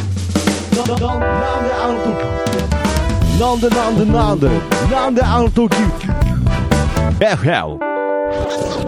なんであの時なんでなんでなんでなんであの時 FM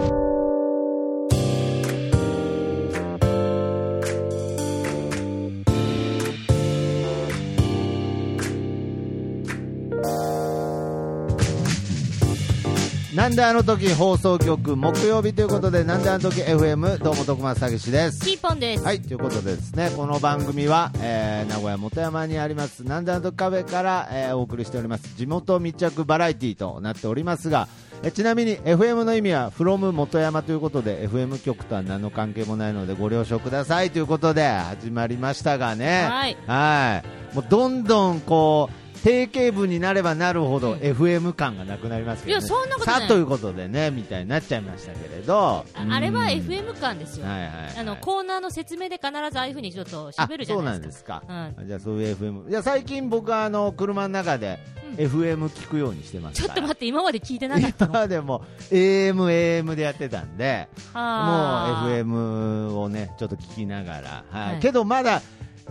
なんであの時放送局木曜日ということで、なんであの時 FM どうも徳松たけしです。キーポンです。はい、ということでですね、この番組は、えー名古屋元山にあります、なんであの時カフェから、えーお送りしております、地元密着バラエティとなっておりますが、えーちなみに FM の意味は、from 元山ということで、FM 局とは何の関係もないので、ご了承くださいということで、始まりましたがね、はいはいもうどんどんこう、定型文になればなるほど、FM 感がなくなりますけど、ね、いやそんなことないさということでね、みたいになっちゃいましたけれど、ああれはうん FM 感ですよ。はいはいはいあのコーナーの説明で必ずああいうふうにちょっとあ喋るじゃないですか。そうなんですか、うじゃあそういう FM いや最近僕はあの車の中でうん FM 聞くようにしてますちょかっら、と待って、今まで聞いてなかった今の。までも AMAM でやってたんでもうあー FM をねちょっと聞きながら、はいはいけどまだ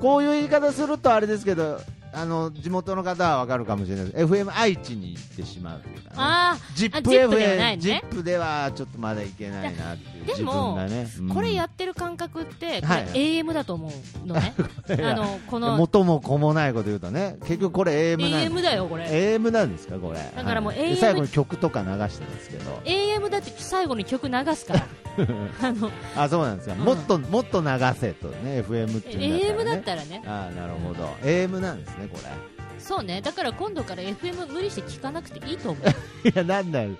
こういう言い方するとあれですけどあの地元の方はわかるかもしれないです FM 愛知に行ってしまうというかねあジあップジップではな FM いねジップではちょっとまだいけないなっていうで自分もがね、うんーこれやってる感覚って、これはいはい AM だと思うの ね。あの、この元も子もないこと言うとね結局これ AM なんです AM だよ、これ。 AM なんですかこれだからもうはいで AM 最後に曲とか流してますけど AM だって最後に曲流 すから。あの、あそうなんですか、んもっともっと流せとね FM っていう AM んだっったたらね。らねあなるほど AM なんですねこそうね。だから今度から FM 無理して聞かなくていいと思う。れ いやなんだよう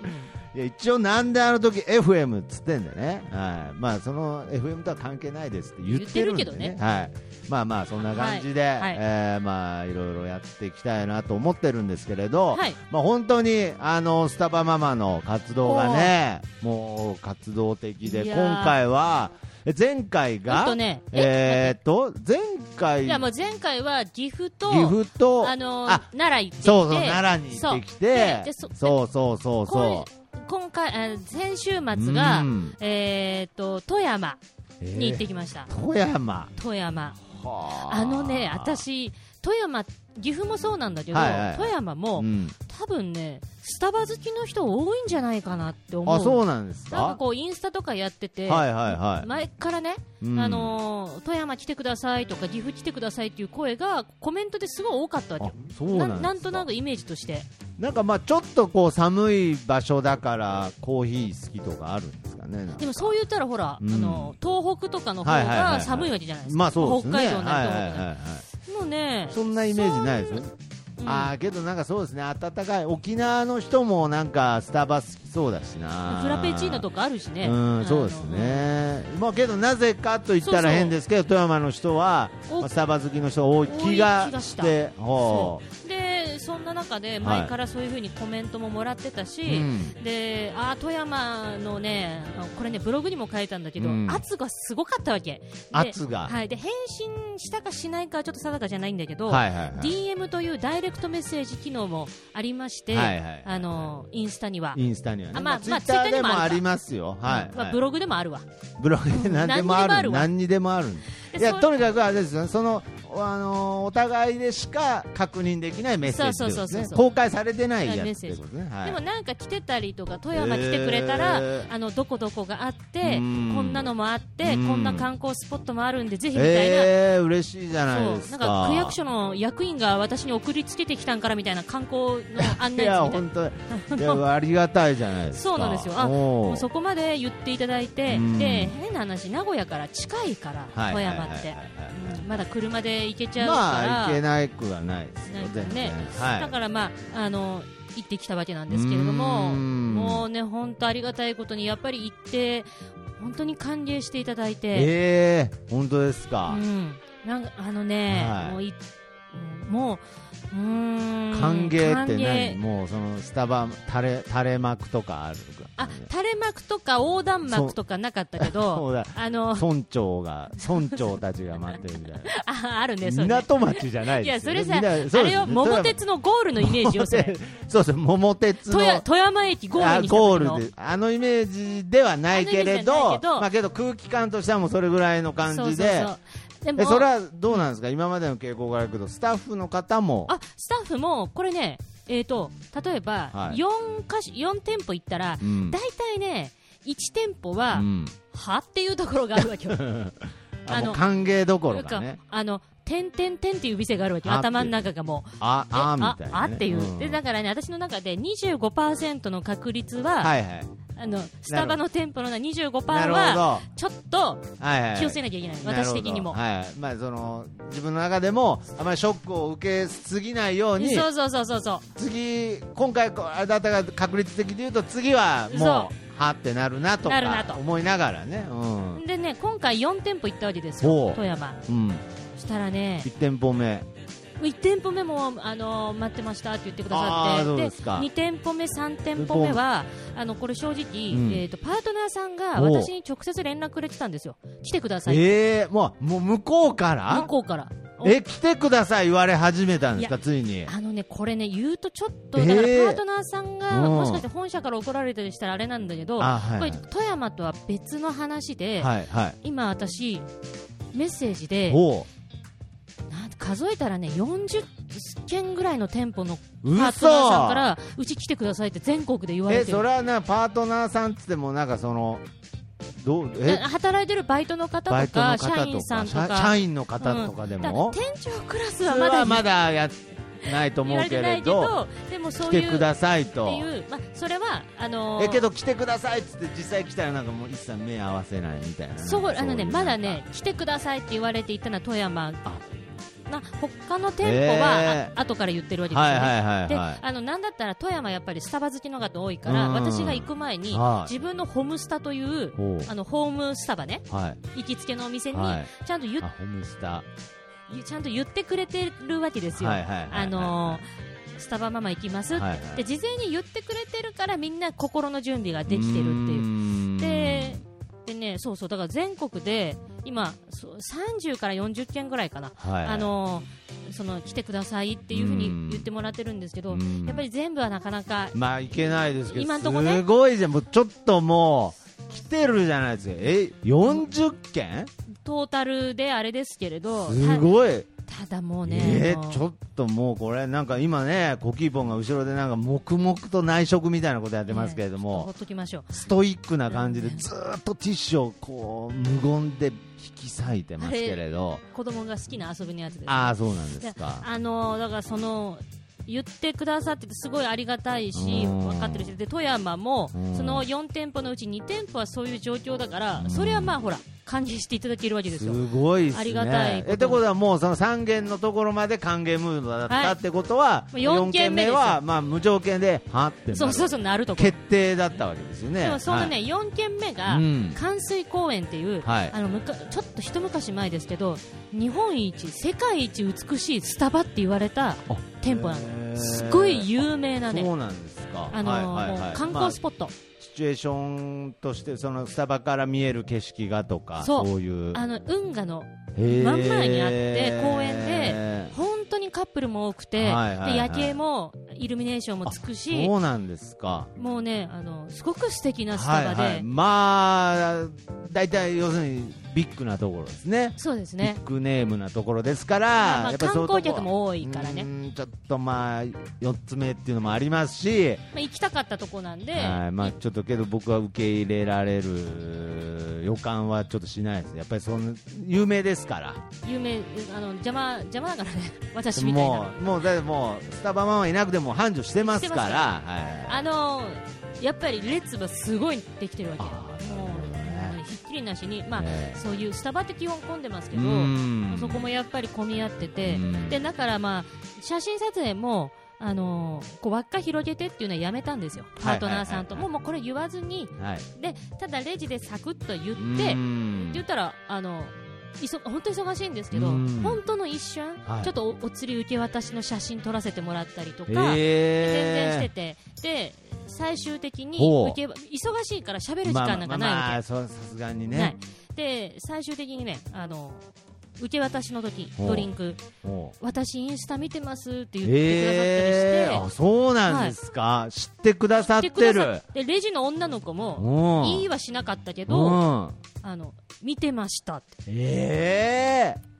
いや一応なんであの時 FM っつってんでねはいまあその FM とは関係ないですって言ってるんで、ね、言ってるけどはいまあまあそんな感じで、いはいえーまあいろいろやっていきたいなと思ってるんですけれど、んはい。まあ、本当にあのスタバママの活動がね、もう活動的で、いや今ー回は、え前回えっが、とね、えーっと、前回、いやもう前回は岐阜と岐阜と、あのあ奈良行ってきてそうそう、奈良に行ってきてそうでで、そそうそうそうそ今回あ先週う。末が、うんえー、と富山に行ってきました、えー富山。富山はーあのね、、私富山岐阜もそうなんだけど、はいはい富山も、うん多分ねスタバ好きの人多いんじゃないかなって思うあ、そうなんですかなんかこうインスタとかやってて、はいはいはい前からね、うんあのー富山来てくださいとか岐阜来てくださいっていう声がコメントですごい多かったわけあよそうなんですかななんとなくイメージとしてなんかまあちょっとこう寒い場所だからコーヒー好きとかあるんですかねなんかでもそう言ったらほら、うんあの東北とかの方はいはいはいはがい寒いわけじゃないですか、まあそうですね北海道になるとはいはいはいはいもうねそんなイメージないですよね、うんああけどなんかそうですね暖かい沖縄の人もなんかスタバ好きそうだしなフラペチーノとかあるしねうんそうですねまあけどなぜかと言ったそうそらう変ですけど富山の人は、おまあスタバ好きの人多い気多いが気がししてほそうでそんな中で前からそういうふうにコメントももらってたし、ううんであー富山のねあのこれねブログにも書いたんだけど、うん圧がすごかったわけで圧がはい、で返信したかしないかはちょっと定かじゃないんだけど、はいはいはい DM というダイレクトメッセージ機能もありまして、はいはいはいあのインスタには、インスタにはね、あまあツイッタまあーでもあ Twitter りますよ、はいまはあ、いブログでもあるわ、ブログで何でもある、うん何にでもあるんでいやそうとにかくあれですよね、その、あのーお互いでしか確認できないメッセージってことですねそうそうそうそう公開されてないやつってことね。はいでもなんか来てたりとか富山来てくれたら、へーあのどこどこがあってこうんんなのもあってこうんんな観光スポットもあるんでぜひみたいな、えー、嬉しいじゃないでそすうか。なんか区役所の役員が私に送りつけてきたんからみたいな観光の案い内図みたいやな本当いやありがたいじゃないですか。そうなんですよあおーもうそこまで言っていただいて、うんで変な話、名古屋から近いから、はい富山って、はいはいはいはいうんまだ車で行けちゃうから、まあいけないくはないですよないか全ら然ね、はい。だから、まあ、あの行ってきたわけなんですけれども、うんもうね本当ありがたいことにやっぱり行って本当に歓迎していただいて、えー、本当ですかう。ん、なんかあのね、はいもういうんもううーん歓迎って歓何迎もうそのスタバ垂れ垂れ幕とかあるあ垂れ幕とか横断幕とかなかったけ そどうだあの村長が村長たちが待ってる みたいな。ああるねそれね港町じゃないいやですそよれさ、みんなそあうですれを桃それは鉄のゴールのイメージよそれそう そう桃鉄の富山富山駅ゴールあにしたゴー時のルであのイメージではないけれどあのイメージじゃないけどまあけど空気感としてはもうそれぐらいの感じでそうそうそうでえもそれはどうなんですか、今までの傾向からいくとスタッフの方もあスタッフもこれね、えー、と例えばはい4か所4店舗行ったらうん大体、ね1店舗うは、ん、はっていうところがある わけよ。ああもうの歓迎どころなかんねかあの点点点っていう店があるわけよあっていう頭の中がもうあえあみたいな、あね、っていう、んでだからね私の中で25%の確率は、はいはいあのスタバの店舗の25%なるほはどちょっとはいはい気をつけなきゃいけない、なるほ私ど的にも、はいまあ、その自分の中でもあまりショックを受けすぎないようにそうそうそうそうそう次今回こうあれだったが確率的で言うと次はもうそはってなるなとなるなとか思いながらねうん、でね今回4店舗行ったわけですほうよ富山うん、そしたらね1店舗目1店舗目も、あのー待ってましたって言ってくだあーさっそうてですか2店舗目3店舗目はあのこれ正う直、んえー、とパートナーさんがおう私に直接連絡くれてたんですよ来てくださいってええもうもう向こうから向こうからえ来てください言われ始めたんですかついにあのね、これね、言うとちょっと、えーだからパートナーさんが、うんもしかして本社から怒られたりしたらあれなんだけど、あはいはいこれ富山とは別の話で、はいはい今私、メッセージで、おうなん数えたらね、40件ぐらいの店舗のパートナーさんか嘘ら、うち来てくださいって全国で言わえれてそる。れはなパートナーさんっつってもなんかそのどうでえ働いてるバイトの方バとイトのか、方とか社員さんとか社、社員の方とかでだからも、店長クラそスはれまだはまだやっないと言思うわれけてなれいけどど、でもそ来ういてう。くださいとっていう、まあ、それは、あのーえけど来てくださいっつって実際来たらなんかもう一切目合わせないみたいなね、そうあのねいうまだね来てくださいって言われていたのは富山あな他の店舗は、へーあ後から言ってるわけですよはね。いはいはいではあのなんだったら富山やっぱりスタバ好きの方多いからうん私が行く前にはい自分のホームスタといういほうあのホームスタバねは行きつけのお店いにはいちゃんと言っあホームスタちゃんと言ってくれてるわけですよ。はいはいはいはいあのースタバママ行きますーって、はいはいで事前に言ってくれてるからみんな心の準備ができてるっていうーんででね、そうそう、だから全国で今、そう30から40件ぐらいかな、はいあのその来てくださいっていうふううんに言ってもらってるんですけど、うんやっぱり全部はなかなか、まあいけないですけど今んとこねすごいじゃんもうちょっともう来てるじゃないですかえ40件トータルであれですけれど、すごいたただもうね、えあのー、ちょっともうこれなんか今ねコキーポンが後ろでなんか黙々と内職みたいなことやってますけれどちょっとほもっときましょう。ストイックな感じでずーっとティッシュをこう無言で引き裂いてますけれど子供が好きな遊びのやつです。ああそうなんでですかあのだからその言ってくださっててすごいありがたいしうん分かってるしで富山もうんその4店舗のうち2店舗はそういう状況だからんそれはまあほら歓迎していただけるわけですすよごいですねありがたいことにえってことはもうその3軒のところまで歓迎ムードだったってことは、いもう四軒目ですよはまあ無条件ではってなるそうそうそうなるとこ決定だったわけですよねでもそのはねい4軒目がうん関水公園っていうはいあのむかちょっと一昔前ですけど日本一世界一美しいスタバって言われたあ店舗なへーのすごい有名なそねうなんですかあのはいはいもはいう観まあ光スポットシチュエーションとしてそのスタバから見える景色がとかそそうういうあの運河のへー真ん前にあって公園で本当にカップルも多くて、はいはいはいで夜景もイルミネーションもつくしそうなんですかもうねあのすごく素敵なスタバで、はいはい、まあ大体要するにビッグなところですねそうですねビッグネームなところですから、まあまあやっぱりそういうとこ観光客も多いからねうーんちょっとまあ4つ目っていうのもありますし、まあ、行きたかったとこなんで、はいまあ、ちょっとけど僕は受け入れられる予感はちょっとしないですやっぱりその有名ですから有名あの邪魔邪魔だからね 私みたいもなうもうだってもうスタバママいなくても繁盛してますからしてはいあのやっぱり列はすごいできてるわけよあーもうなるほどねもうひっきりなしに、まあねそういうスタバって基本混んでますけうど、んそこもやっぱり混み合ってて、うんでだから、まあ、写真撮影も、あのーこう輪っか広げてっていうのはやめたんですよ、パはいはいはいはいートナーさんと、もうもうこれ言わずに、はいでただレジでサクッと言って、ってうん言ったら、あのいそ本当忙しいんですけど、うん本当の一瞬、はいちょっとおお釣り受け渡しの写真撮らせてもらったりとか、宣伝えしてーて、で最終的にほう受け忙しいから喋る時間なんかないわまけ。あまあまあそうさすがにねないで最終的にねあの受け渡しの時ほうドリンクおう私インスタ見てますって言ってくださったりして、えーあそうなんですか、知ってくださっ知てってくだるさでレジの女の子もうん言いはしなかったけうどんあの見てましたってええ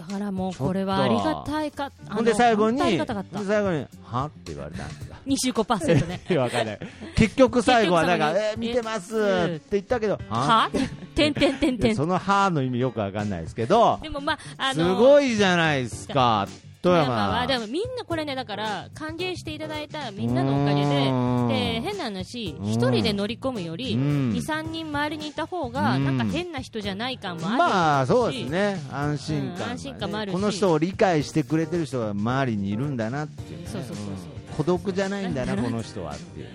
だからもうこれはありがたいかあのほんで最後に、本当ありでがたかった最後に、はって言われたんですが。 25% ねわかんない。結局最後はなんか、結局えー、最後に見てますっえて言ったけど、はてんてんてんいてやんそのはの意味よくわかんないですけど、でもまああすのごいじゃないですか、富富山。山はでもみんなこれねだから歓迎していただいたみんなのおかげうーんでで変な話ん一人で乗り込むよりうん23人周りにいた方がうんなんか変な人じゃない感もあるまあそうですね安心感がね、うん安心感もあるしこの人を理解してくれてる人が周りにいるんだなっていう,、ね、そうそうそうそうん孤独じゃないんだなこの人はっていうね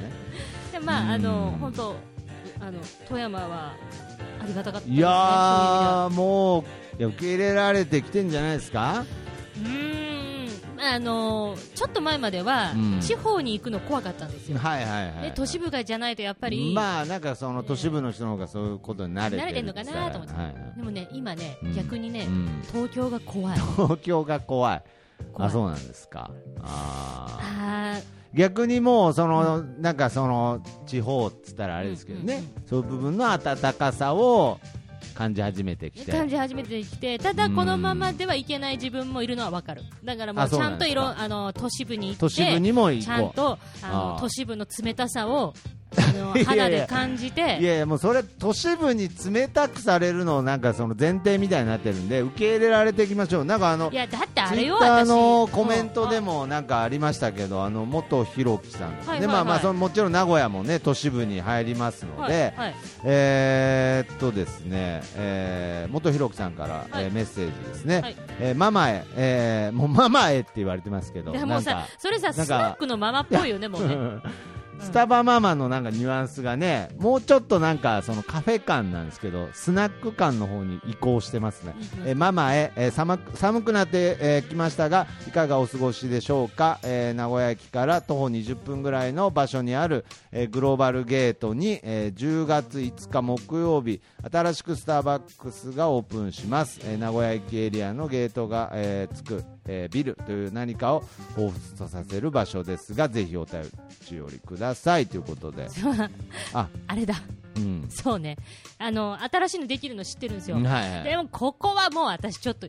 でまああのうん本当あの富山はありがたかったですねいやーもういや受け入れられてきてんじゃないですかそういう意味ではうーんまああのちょっと前まではうん地方に行くの怖かったんですよはいはいはいで都市部がじゃないとやっぱりまあなんかその都市部の人の方がそういうことに慣れてる慣れてんのかなと思ってはいはいでもね今ねうん逆にねうん東京が怖い東京が怖い怖いあそうなんですかあーあー逆にもうその、なんかその地方っつったらあれですけどね、うんうんそういう部分の温かさを感じ始めてきて感じ始めてきてただうんこのままではいけない自分もいるのは分かるだからもあうちそうなゃんんでとすかいろあの都市部に行って都市部にも行ちゃんことあのあー都市部の冷たさをあ いやのいや肌で感じういてやいやもうそれ都市部に冷たくされるのをなんかその前提みたいになってるんで受け入れられていきましょうなんかあのいやだってあツイれよッター私のコメントでもなんかありましたけどあの元弘樹さんとかはいねはいまあまあはいそのもちろん名古屋もね都市部に入りますのはいで、はいえーっとですね、えー、元弘樹さんから、はいえーメッセージですね、はいえーママへ、えーもうママへって言われてますけど、でなもうんさか、それさなんかスナックのママっぽいよねもうねスタバママのなんかニュアンスがね、もうちょっとなんかそのカフェ感なんですけど、スナック感の方に移行してますね。えーママへ、えー寒く寒くなってき、えー来ましたがいかがお過ごしでしょうか、えー名古屋駅から徒歩20分ぐらいの場所にある、えーグローバルゲートに、えー10月5日木曜日新しくスターバックスがオープンします、えー名古屋駅エリアのゲートが、えーつく、えービルという何かを彷彿とさせる場所ですがぜひお便りくださいということで、ああれだうん、そうねあの新しいのできるの知ってるんですよはいはいでもここはもう私ちょっと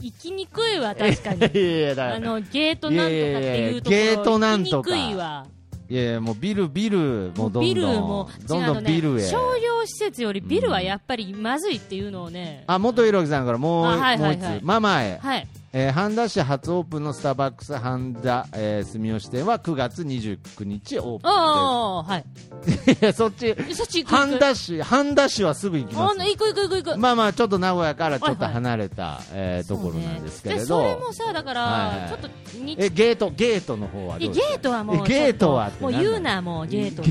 行きにくいわ確かにいやいやだからあのゲートなんとかっていうとこいやいやいやゲートろな行んきとにかくいわいやいやもうビルビルもうどんどんビルもどん違うどのんねビルへ、商業施設よりビルはやっぱりまずいっていうのをね、あ元ひろきさんからもう,、あはいはいはいもう一つママへ、はいえー、半田市初オープンのスターバックス半田、えー、住吉店は9月29日オおーーおーはいプンですいやそっちえそっち行く行半く田市半田市はすぐ行きあます行く行く行く行く、まあまあちょっと名古屋からちょっはといはい離れた、えーところなんですけれそうど、ねでそれもさだから、はいはいちょっとにえゲートゲートの方はえどうゲですかートはもうちょっとえゲートはってもう何言うなもうゲート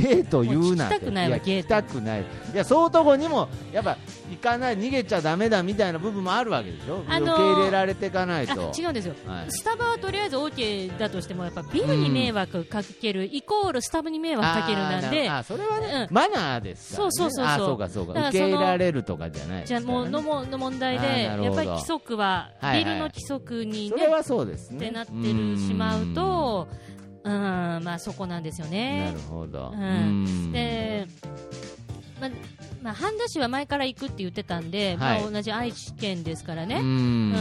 言うなもう聞きたくないわやゲー聞きトたくないいやそういうとこにもやっぱ行かない逃げちゃダメだみたいな部分もあるわけでしょ、あのー受け入れられていかないとあ違うんですよはいスタバはとりあえず OK だとしてもやっぱビルに迷惑かける、イコールスタバに迷惑かけるなんであーなあそれはね、うマナーですから、ね、そうそうそうそうあーそうかそうかだから受け入れられるとかじゃないですじゃかあらねもうのもの問題あーでなるほどやっぱり規則ははいはいビルの規則にそねれはそうですっねてなってるしまうとうんまあそこなんですようーんなねるほど、ううんでままあ、半田市は前から行くって言ってたんで、はいまあ、同じ愛知県ですからうね、うんん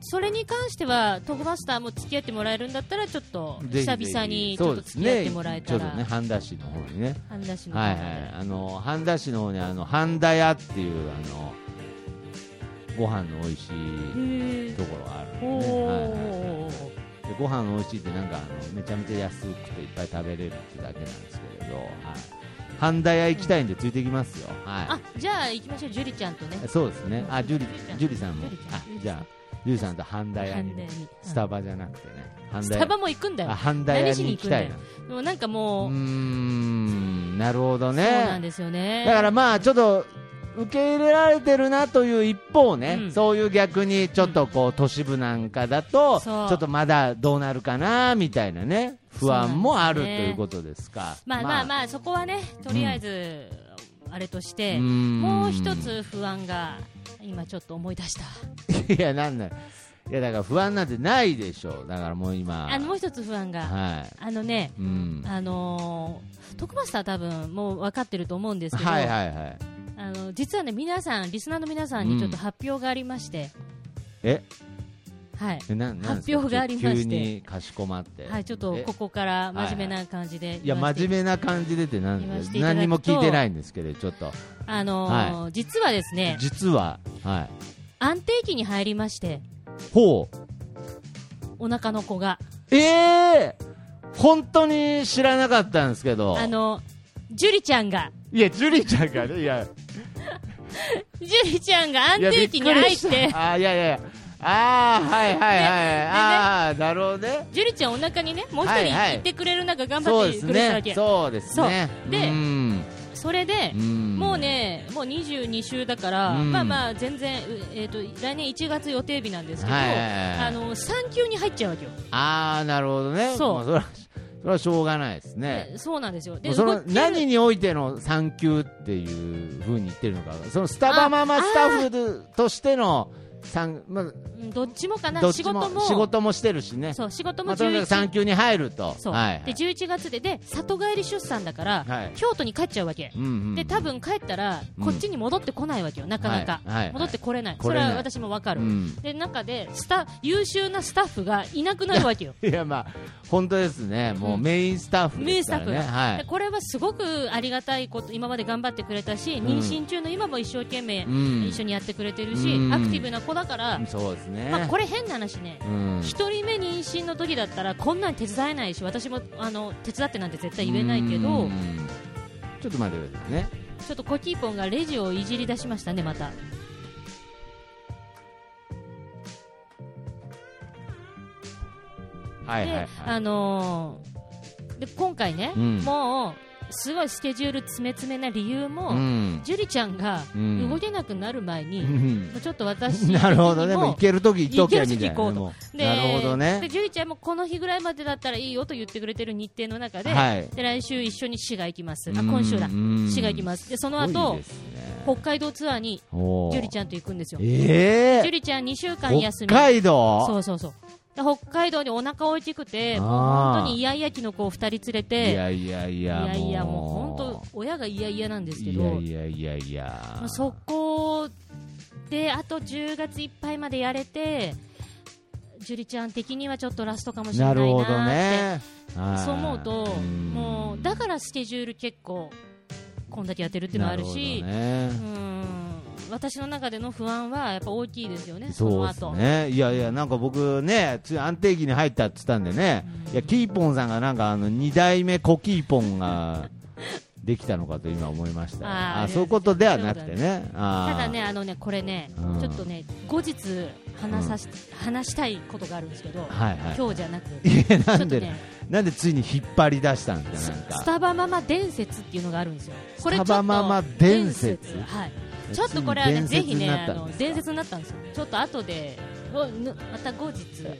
それに関しては、トグマスターも付き合ってもらえるんだったら、ちょっとぜひ久ぜひ々にちそょうっとです付ねき合ってもらえたちょっら、とね半田市の方にね半田市のはい方はで、い、あの半田市の方にあの半田屋っていうあのご飯の美味しへいーところがあるんで,、おねはいはいーはいでご飯美味しいってなんかあのめちゃめちゃ安くていっぱい食べれるってだけなんですけれど、はい、半田屋行きたいんでついてきますよ、はあじゃあ行きましょう、樹里ちゃんとねい、、そうですねあジュリジュリさんもジュリちゃんあじゃあジュリさんと半田屋にね、半田屋にスタバじゃなくてね半ス田タ屋バも行くんだあよ、半田屋何しに行に行きくんただよいなでもなんかうーもう、んなるほどそうねなんですよね。だからまあちょっと受け入れられてるなという一方ね、うんそういう逆にちょっとこう都市部なんかだとちそょうっとまだどうなるかなみたいなね不安もあるそうとなんですねいうことですか。まあまあまあそこはねとりあえず、あれとしてもう一つ不安が今ちょっと思い出したついやなんなんいやだから不安なんてないでしょうだからもう今あのもう一つ不安が、はあのねい、うん、あのー、徳松さんは多分もう分かってると思うんですけど、はいはいはいあの実はね皆さんリスナーの皆さんにちょっと発表がありまして、えはい、えななんですか発表がありまして急にかしこまって、はい、ちょっとえここから真面目な感じでいや言わせて真面目な感じでってなん言わせていただくと何も聞いてないんですけどちょっとあのー実はですね実ははい安定期に入りましてほうお腹の子がええ本当に知らなかったんですけどあのジュリちゃんがいやジュリちゃんがねいやジュリちゃんが安いや定期に入っびくりてしたあいやいやいやああはいはいはいああなるほどねジュリちゃんお腹にねもう一はいは人いいてくれる中頑そ張うでってすくれたわねけそそうですねそうでうんれでんもうねもう22週だから、うんまあまあ全然、うえー、と来年1月予定日なんですけど、はいはいはいはいあの産休に入っちゃうわけよ、ああなるほどねそうまあそれはそれはしょうがないですねでそうなんですよでもうそ動のける何においての産休っていうふうに言ってるのかそのスタバママスタッフとしての産まあ、うんどっちもかなどっ仕ち事もも仕事もしてるしねそう仕事もまあ、とにかく11、産休に入るとそうはいはでい、 11月でで里帰り出産だから、はい京都に帰っちゃうわけ、うんうんで多分帰ったらうんこっちに戻ってこないわけよ、なかなか、はいはいはい戻ってこれない、来れないそれは私もわかる、うんで中でスタ優秀なスタッフがいなくなるわけよいやまあ本当ですねもうメインスタッフ名ですか作らが、ねはでいこれはすごくありがたいこと今まで頑張ってくれたし、ん妊娠中の今も一生懸命うん一緒にやってくれてるし、うんアクティブな子だから、そうですね、まあ、これ変な話ね、うん一人目妊娠の時だったらこんなん手伝えないし私もあの手伝ってなんて絶対言えないけうどんちょっと待ってくださいねちょっとコキーポンがレジをいじり出しましたねまたはいはいではいあのーで今回ねうんもうすごいスケジュール詰め詰めな理由うもん樹里ちゃんがうん動けなくなる前うにんもうちょっと私 なるほどね、的にもう行けるとき行っとけみたいなね、行ける時行こうともうでなるほどでね、樹里ちゃんもこの日ぐらいまでだったらいいよと言ってくれてる日程の中で,、はいで来週一緒に滋賀行きますあうん今週だうん滋賀行きますでそのすごい後ですね北海道ツアーにおージュリちゃんと行くんですよ。ジえュリちゃん2週間え休み。北海道そうそうそう。で北海道にお腹大きくて、あーもう本当にイヤイヤ期の子を2人連れて、いいややいやいや、いや、もう本当、親がイヤイヤなんですけいど、やいやいやいやもう、そこで、あと10月いっぱいまでやれて、ジュリちゃん的にはちょっとラストかもしれなないなるーほってどね、そう思うと、んもうだからスケジュール結構、こんだけやってるってのもあるし、なるほどねうん私の中での不安はやっぱ大きいですよね、そそうのです後ね、いやいや、なんか僕ね、つ安定期に入ったって言ったんでね、いやキーポンさんがなんかあの2代目コキーポンが できたのかと今思いましたよ、あーあありがとうそういうことではなくてね、たただね、あのねこれねうん、ちょっとね、後日話さし、話したいことがあるんですけど、はいはい今日じゃなく、いやなちょっんとで、ね、なんでついに引っ張り出したんですスかなんスかタバママ伝説っていうのがあるんですよ、これちょっスタとバママ伝説はい、ちょっとこれはついね、にぜひね、伝説になあったんのですか伝説になったんですよ、ちょっと後で、おぬまた後日、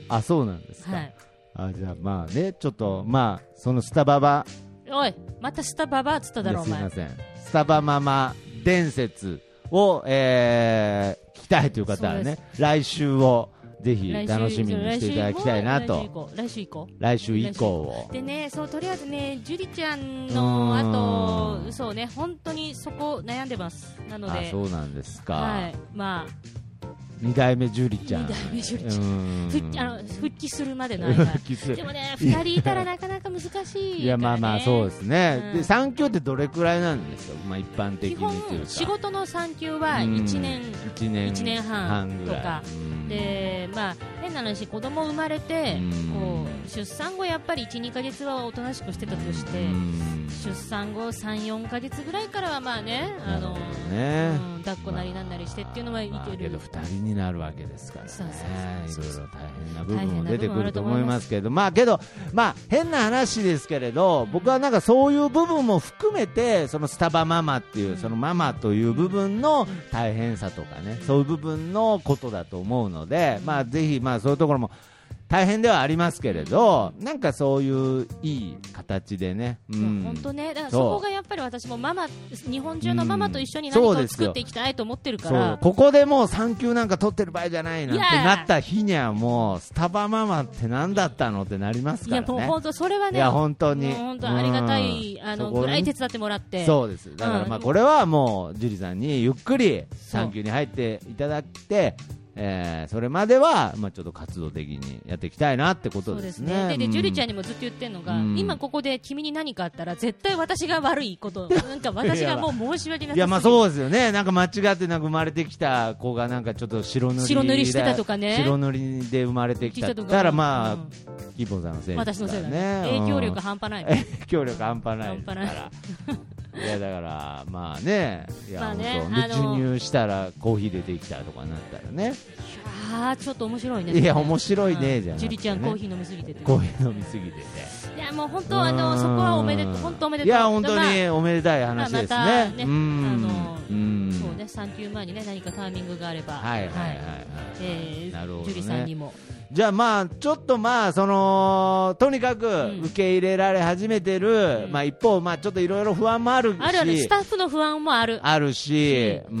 あそうなんですか、はい、あじゃあまあねちょっとまあそのスタババおい、またスタババっつっただろ、おすい前ま、せんスタバママ伝説を、えー聞きたいという方はそうね来週をぜひ来週楽しみにしていただきたいな来週と以降来週以降来週以降をでね、そうとりあえずね、樹里ちゃんのあうーと、んそうね、本当にそこ悩んでます。なのあでそ、うなんですか、はい、まあ、二代目ジュリちゃん二代目ジュリちゃん復帰あの復帰するま での間、復帰するでもね、二 人いたらなかなか難しいから、ね。いやまあまあそうですね、うでん産休ってどれくらいなんですか、まあ、一般的に基という本か仕事の産休は一年1年一年半ぐらいとかうんで、まあ変な話、子供生まれうてんこう出産後やっぱり一二ヶ月はおとなしくしてたとして。うん出産後34ヶ月ぐらいからはまあねなあのるほどねうん、抱っこなりなんなりしてっていうのはいまあけける、ど2人になるわけですからねそうそうそうそいろいうろ大変な部分も出てくると思いますけどまあけどまあ変な話ですけれど僕はなんかそういう部分も含めてそのスタバママっていうそのママという部分の大変さとかねそういう部分のことだと思うのでまあぜひまあそういうところも大変ではありますけれどなんかそういういい形でね、ういんや、本当ねだからそうそこがやっぱり私もママ日本中のママと一緒にうん何かそうをですよ作っていきたいと思ってるかそうら、ここでもう産休なんか取ってる場合じゃないなんていやーなった日にはもうスタバママって何だったのってなりますいからやね。もう本当それはねいや本当にもう本当ありがたい、うんあそのこねぐらい手伝ってもらってそうですだからまあうんこれはもう樹里さんにゆっくりそう産休に入っていただいて、えーそれまでは、まあ、ちょっと活動的にやっていきたいなってことそうでですすね。ね。で、で、ジュリちゃんににもずっと言ってんのが、うん今ここで君に何かあったら、絶対私が悪 いこと、なんか私がもう申し訳ないいやまあそうですよね、なんか間違ってなんか生まれてきた子がなんかちょっと白塗りで白塗りしてたとかね白塗りで生まれてきたって言ったら、まあ、キーボーさんのせいです私のせいだね。うん影響力半端ないもん。影響力半端ないですから。いやだから、まあね、いやまあ本当、ねねあの授乳したらコーヒー出てきたとかなったらね、ああ、ちょっと面白いね。いや、面白いね、うんじゃなくてねジュリちゃんコーヒー飲みすぎてて。コーヒー飲みすぎてて、いや、もう本当、あの、そこはおめでとう。本当おめでとう。いや、本当まあにおめでたい話ですまあまたね、ねうんあのうんそうね、産休前にね、何かタイミングがあれば。はいはいはい、はいえーなるほどねジュリさんにも。じゃあまあちょっとまあそのとにかくん受け入れられ始めてる、うんまあ一方まあちょっといろいろ不安もあるしあるある、スタッフの不安もある。あるし、うーん、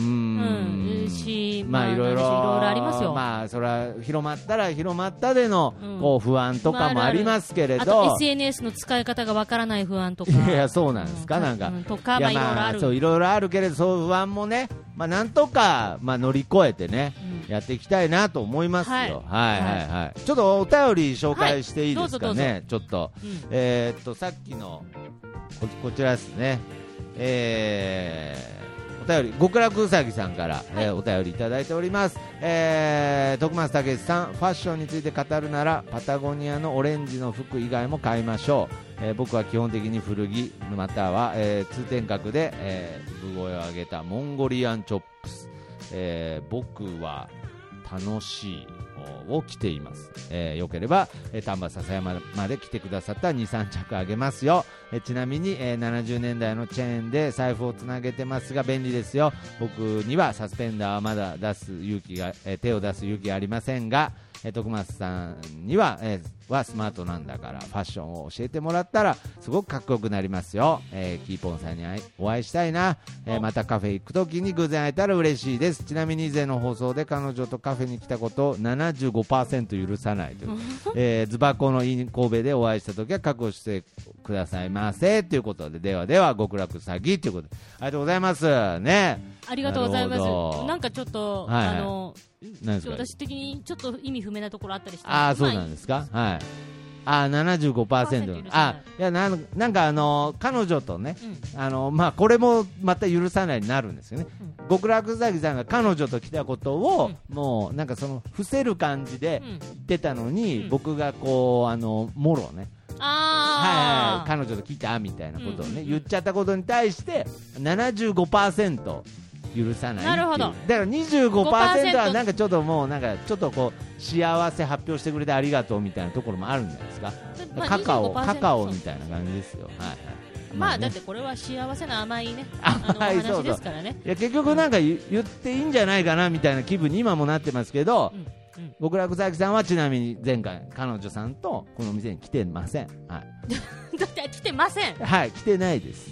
うんしまあまあいろいろ、いろいろありますよまあそれは広まったら広まったでの、うんこう不安とかもまあああるあるりますけれあどと、、SNS の使い方がわからない不安とか。いやそうなんですか、うなんか、うとか、いまあやいろいろある。そういろいろあるけれど、そういう不安もね、まあなんとかまあ乗り越えてね、うんやっていきたいなと思いますよ。ははいいはいははいい、ちょっとお便り紹介していいですかね。はちょっと、うんえーっとさっきのここちらですね。えーお便り極楽うさぎさんから、えーお便りいただいております、えー、徳松武さんファッションについて語るならパタゴニアのオレンジの服以外も買いましょう、えー僕は基本的に古着または、えー通天閣で、えー、産声を上げたモンゴリアンチョップス、えー僕は楽しいを着ています、えーよければ、えー丹波篠山まで来てくださった23着あげますよ、えーちなみに、えー70年代のチェーンで財布をつなげてますが便利ですよ僕にはサスペンダーはまだ出す勇気が、えー手を出す勇気がありませんが、えー徳松さんには、えーはスマートなんだからファッションを教えてもらったらすごくかっこよくなりますよ、えーキーポンさんに会いお会いしたいな、えーまたカフェ行くときに偶然会えたら嬉しいですちなみに以前の放送で彼女とカフェに来たことを75%許さないという、えーズバコのイン神戸でお会いしたときは覚悟してくださいませということでではでは極楽詐欺ということでありがとうございますねありがとうございまなるほどす。なんかちょっと、はいはいあの、何ですか私的にちょっと意味不明なところあったりして。ああそうなんでですか、はいああ75%許さないあいやなんなんかあの彼女とね、うあのまあ、これもまた許さないになるんですよね、極楽うさぎさんが彼女と来たことを、もうなんかその伏せる感じでう言んってたのに、うん僕がこうあのもろね、はいはあいあ。彼女と来たみたいなことをね、うんうんうん言っちゃったことに対して75%許さないっていうなるほどだから25%はなんかちょっともうなんかちょっとこう幸せ発表してくれてありがとうみたいなところもあるんじゃないですか、まあカカオ25%カカオそうみたいな感じですよはいはいまあ、ねだってこれは幸せな甘いね、あのお甘いそうそう話ですからね。 いや結局なんか言言っていいんじゃないかなみたいな気分に今もなってますけど、うんうん極楽崎さんはちなみに前回彼女さんとこの店に来てませんはだって来てませい、ん。はい、来てないです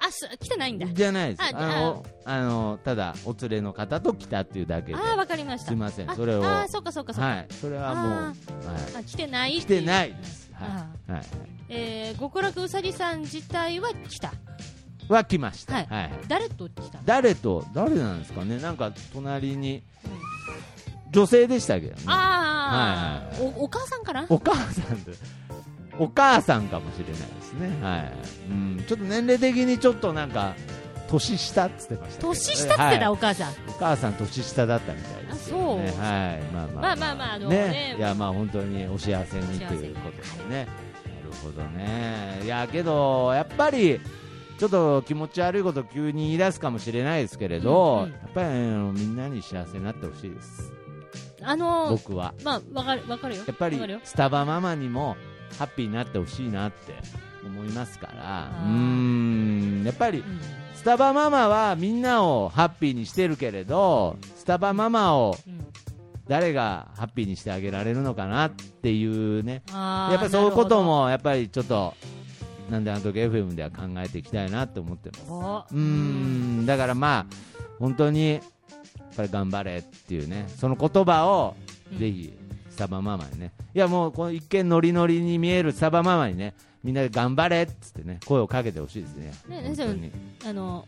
あ、す来てないんだ。じゃないですああのあのただお連れの方と来たっていうだけでああ、わかりましすたい。ませんあそれをああ、そうかそうかそうか。はい、それはもう、はああ来てないい、っ来ていうてないですはいあはいえー極楽うさぎさん自体は来た。は来ました、ははいいはい、誰と来たの誰と誰なんですかねなんか隣に女性でしたけどねああ、はお、お母さんかなお母さんでお母さんかもしれないですね、はいうん、ちょっと年齢的にちょっとなんか年下っつってましたけど年下ってた、はいお母さん。お母さん年下だったみたいですけどねあそうはいまあまあまあまあまああのねねいやまあ本当にお幸せにお幸とせいうことですねなるほどねいやけどやっぱりちょっと気持ち悪いこと急に言い出すかもしれないですけれど、うんうんやっぱりあのみんなに幸せになってほしいですあのー、僕はまあ、わかる、わかるよ。やっぱりわかるよスタバママにもハッピーになってほしいなって思いますからうーーんやっぱりうんスタバママはみんなをハッピーにしてるけれどスタバママをうん誰がハッピーにしてあげられるのかなっていうねあーやっぱりそういうこと。もやっぱりちょっとなんであの時 FM では考えていきたいなと思ってますなるほどうーんだからまあ本当にやっぱり頑張れっていうねその言葉をうんぜひスタバママにねいやもうこの一見ノリノリに見えるスタバママにねみんなで頑張れっつってね声をかけてほしいですねね本当にあの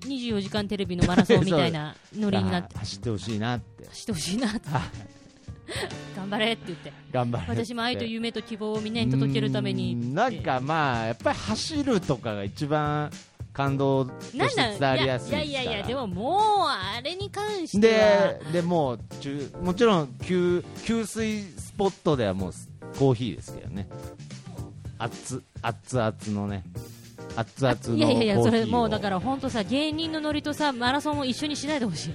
24時間テレビのマラソンみた いなノリになってあ走ってほしいなって走ってほしいなって 頑張れって言って頑張れって私も愛と夢と希望をみんなに届けるためにうんなんかまあやっぱり走るとかが一番感動としてなんなん伝わりやすいいやいやいやいやでももうあれに関してはででもう中もちろん給給水スポットではもうコーヒーですけどね熱熱々のね熱々のコーヒーをいやいやいやそれもうだから本当さ芸人のノリとさマラソンを一緒にしないでほしい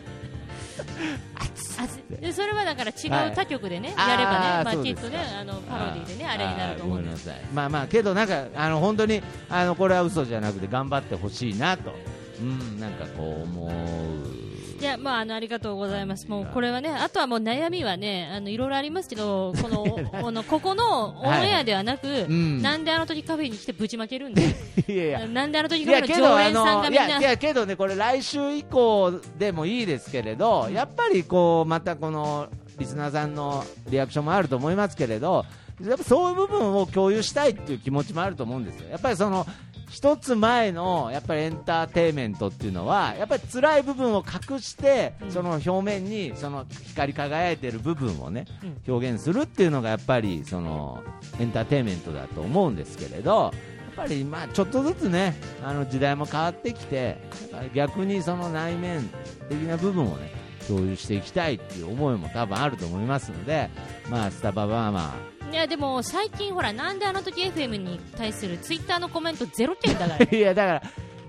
あでそれはだから違う他局でね、はいやればねあーまそあ、うできっすとかねあのパロディでねあれになると思あうーごめんんでなすさいまあまあけどなんかあの本当にあのこれは嘘じゃなくて頑張ってほしいなとうんなんかこう 思ういやまあ、あのありがとうございます、もうこれはね、あとはもう悩みはね、あのいろいろあります けど、このこのここのオンエアではなく、んなんであの時カフェに来てぶちまけるんで、いやいやなんであの時いカフやェのけ常どあ連さんのがいみんな、やいやけどねこれ来週以降でもいいですけれど、やっぱりこうまたこのリスナーさんのリアクションもあると思いますけれどやっぱそういう部分を共有したいっていう気持ちもあると思うんですよやっぱりその一つ前のやっぱりエンターテインメントっていうのはやっぱり辛い部分を隠して、うんその表面にその光り輝いてる部分をね、うん表現するっていうのがやっぱりそのエンターテインメントだと思うんですけれどやっぱりまあちょっとずつねあの時代も変わってきてだから逆にその内面的な部分をね共有していきたいっていう思いも多分あると思いますのでまあスタバはまいやでも最近、ほら、なんであの時 FM に対するツイッターのコメント、ゼロ件だからね。あ いやだから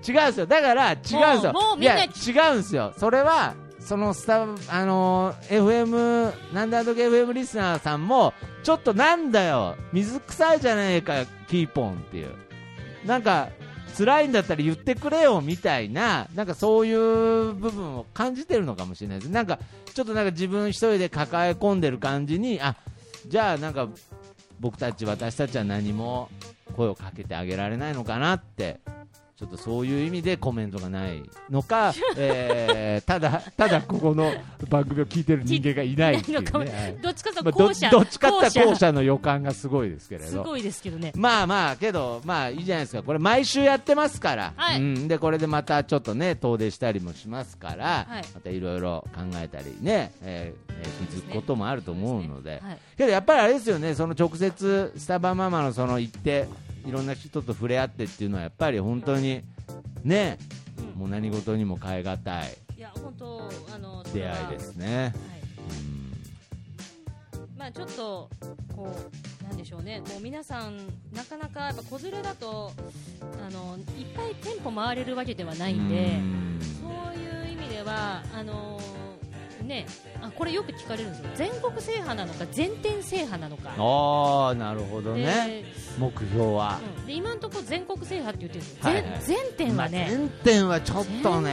違うんですよだから違うんですよもうもうみんないや違うんですよそれはそのスタあの FM なんだとけ FM リスナーさんもちょっとなんだよ水臭いじゃないかキーポンっていうなんか辛いんだったら言ってくれよみたいななんかそういう部分を感じてるのかもしれないですなんかちょっとなんか自分一人で抱え込んでる感じにあじゃあなんか僕たち私たちは何も声をかけてあげられないのかなってちょっとそういう意味でコメントがないの か、えーただただここの番組を聞いてる人間がいないっていう、 いないのかもねはいどっちかとまあいうとど後者、どっちかっていうと後後者者の予感がすごいですけれすどごいですけどね。まあまあけどまあいいじゃないですかこれ毎週やってますから、はいうん、でこれでまたちょっとね遠出したりもしますから、はいまたいろいろ考えたりね、えーえー気づくこともあると思うのではいけどやっぱりあれですよねその直接スタバママのその行っていろんな人と触れ合ってっていうのはやっぱり本当にねうんもう何事にも変え難いいや本当あのそれ出は会いですね。はいうんまあちょっとこうなんでしょうね、こう皆さんなかなかやっぱ子連れだとあのいっぱい店舗回れるわけではないんでう、んそういう意味ではあのーねあこれよく聞かれるんですよ。全国制覇なのか全店制覇なのか。ああなるほどでね、目標は、うんで今のところ全国制覇って言ってるんですよ。はい全はい全店はね。原点はちょっとね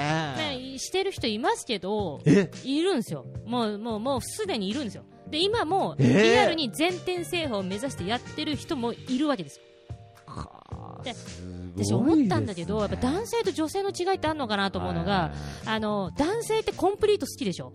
ね、してる人いますけどえいるんですよ、もうもうもうすでにいるんですよ、で今もうえーリアルに全店制覇を目指してやってる人もいるわけですよ、すごいです私ね思ったんだけど、やっぱ男性と女性の違いってあるのかなと思うのはいはいが、あの男性ってコンプリート好きでしょ、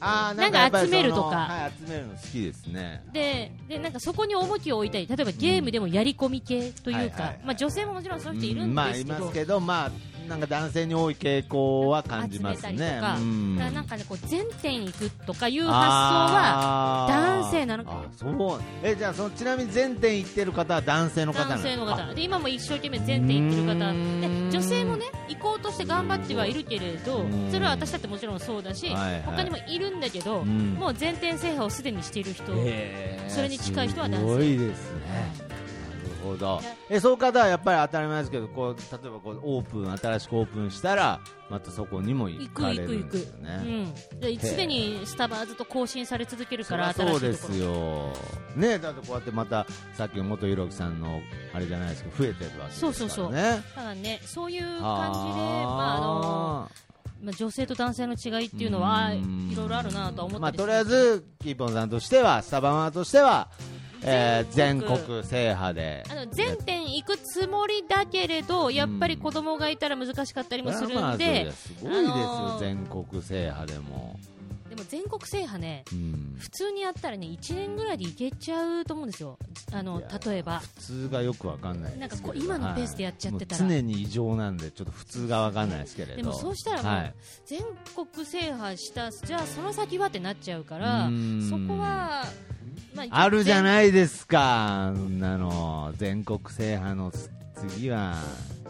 あーなんかやっぱり集めるとかそのはい、集めるの好きですねででなんかそこに重きを置いたり、例えばゲームでもやり込み系というはいはいかはい、まあ女性ももちろんそういう人いるうんまあいですけまどす。けどまあなんか男性に多い傾向は感じ集まめすたねりとか、うんだからなんかねこう全店行くとかいう発想はあー男性なのかあそうえじゃあそのちなみに全店行ってる方は男性の方な男の性のあ方で今も一生懸命全店行ってるう方ーんで女性もね行こうとして頑張ってはいるけれどうんそれは私だってもちろんそうだし、はいはい他にもいるんだけど、うんもう全店制覇をすでにしている人、へーそれに近い人は男性すごいですねなるほどえそういう方はやっぱり当たり前ですけどこう例えばこうオープン新しくオープンしたらまたそこにも行行かくれ行くる行んく、ですよねうんで、すでにスタバーずっと更新され続けるそかりゃらそうで新しいとこすよ、ね、だってこうやってまたさっきの元ひろきさんのあれじゃないですけど増えてるわけですからねそうそうそう感ろだからねそういう感じでまああのまあ、女性と男性の違いっていうのはういんろいろあるなとは思っまたあ、りすとるりあえずキーポンさんとしてはスタバマとしては、えー全全国国制覇であの全店行くつもりだけれどやっぱり子供がいたら難しかったりもするまあまあんで、すごいですよ、あのー全国制覇でもでも全国制覇ねうん普通にやったらね1年ぐらいでいけちゃうと思うんですよあのいやー例えば普通がよくわかんないですなんかこうけど今のペースでやっちゃってたらはいもう常に異常なんでちょっと普通がわかんないですけれどでもそうしたらもうはい全国制覇したじゃあその先はってなっちゃうからうーんそこは、まあ、あるじゃいないですかそんなの全国制覇の次は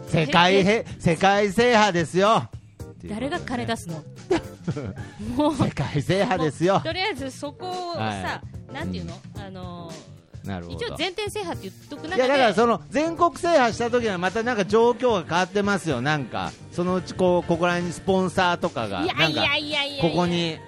世界へ世界制覇ですよ誰が金だ出 すのもう世界制覇ですよとりあえずそこをさ、はなんていうの、あのなるーほ一応ど全店制覇って言っとく中いでやだからその全国制覇した時はまたなんか状況が変わってますよなんかそのうちこうここら辺にスポンサーとかがいやなんいかやいやいやいやここに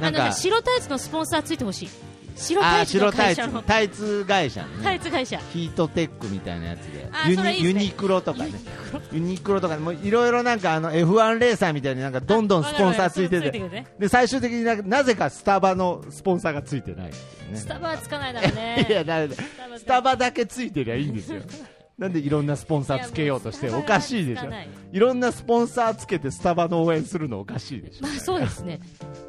なんあのかね白タイツのスポンサーついてほしい白あターイツの白タ会イ社ツのタイツ会社のタねイツ会社ヒートテックみたいなやつであーユそれニいいっすユねニクロとかねユニクロユニクロとかもいろいろなんかあの F1 レーサーみたいになんかどんどんスポンサーついてついててくるねで最終的になんかなぜかスタバのスポンサーがついてないっていうねスタバはつかないだろうねいやだめだタバスタバだけついてりゃいいんですよ なんでいろんなスポンサーつけようとしておかしいでしやょもうスタバはつかないろんなスポンサーつけてスタバの応援するのおかしいでしょまあそうですね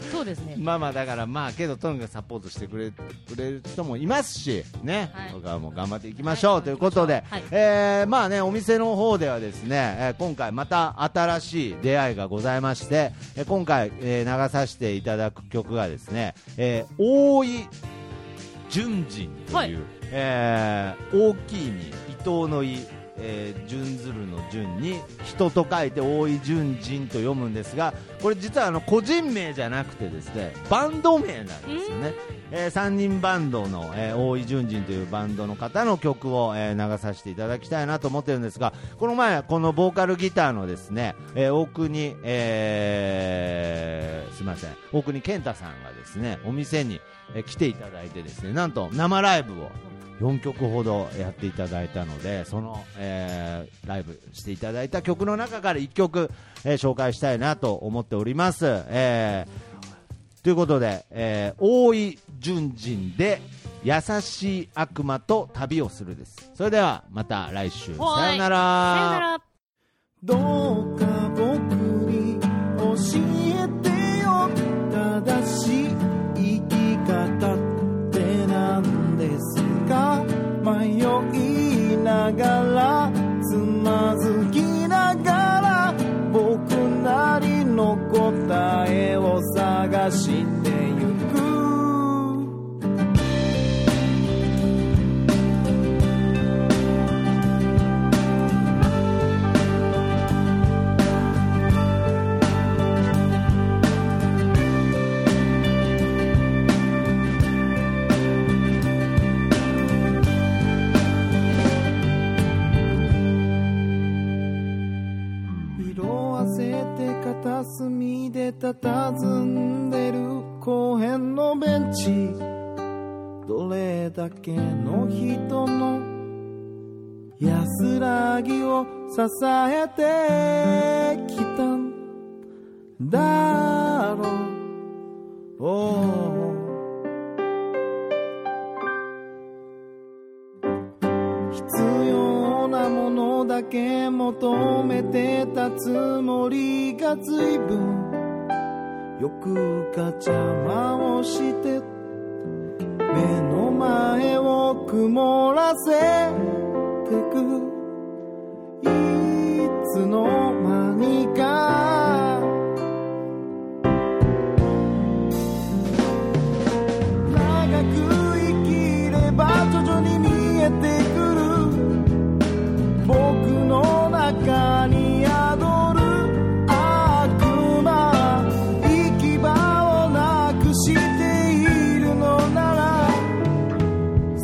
そうですねまあまあだからまあけどとにかくサポートしてくれくれる人もいますしね、はい僕はもう頑張っていきましょう、はいということで、はいえーまあねお店の方ではですね、えー今回また新しい出会いがございまして、えー今回、えー流させていただく曲がですね、えー大井純人という、はいえー大きいに伊藤の井えー順ずるの順に人と書いて大井順人と読むんですがこれ実はあの個人名じゃなくてですねバンド名なんですよね、え3人バンドの、えー大井順人というバンドの方の曲を、えー流させていただきたいなと思ってるんですがこの前このボーカルギターのですね、えー大国、えーすいません大国健太さんがですねお店に、えー来ていただいてですねなんと生ライブを4曲ほどやっていただいたのでその、えーライブしていただいた曲の中から1曲、えー紹介したいなと思っております。えーということで、えー大井純人で「優しい悪魔と旅をする」です。それではまた来週さはいよなさらよならどうか僕に教えてよ正しい生き方って何ですか迷いながらつまずきながら僕なりの答えを探してゆく色あせて片隅で佇んでる公園のベンチどれだけの人の安らぎを支えてきたんだろう、Oh 必要なものだけ求めてたつもりが随分よくが邪魔をして目の前を曇らせてくいつの間にか長く生きれば徐々に見えてくる僕の中に宿る悪魔行き場をなくしているのなら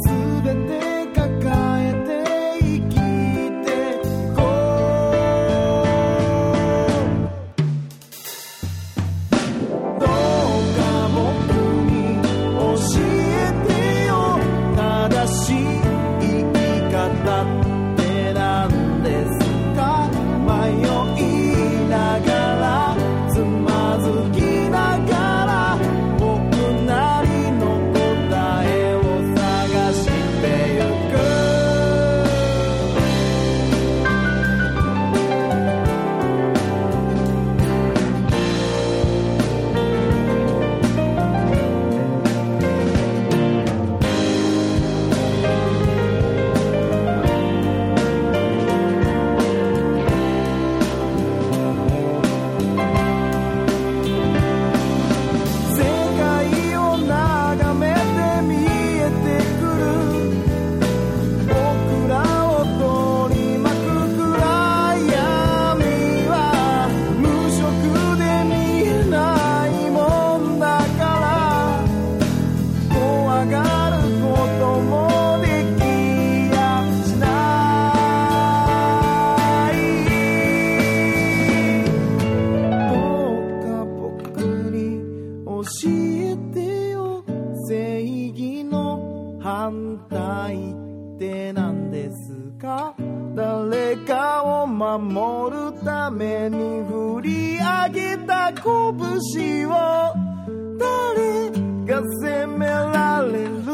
全て抱えて生きてこがることもできやしないどうか僕に教えてよ正義の反対って何ですか誰かを守るために振り上げた拳を誰が責められる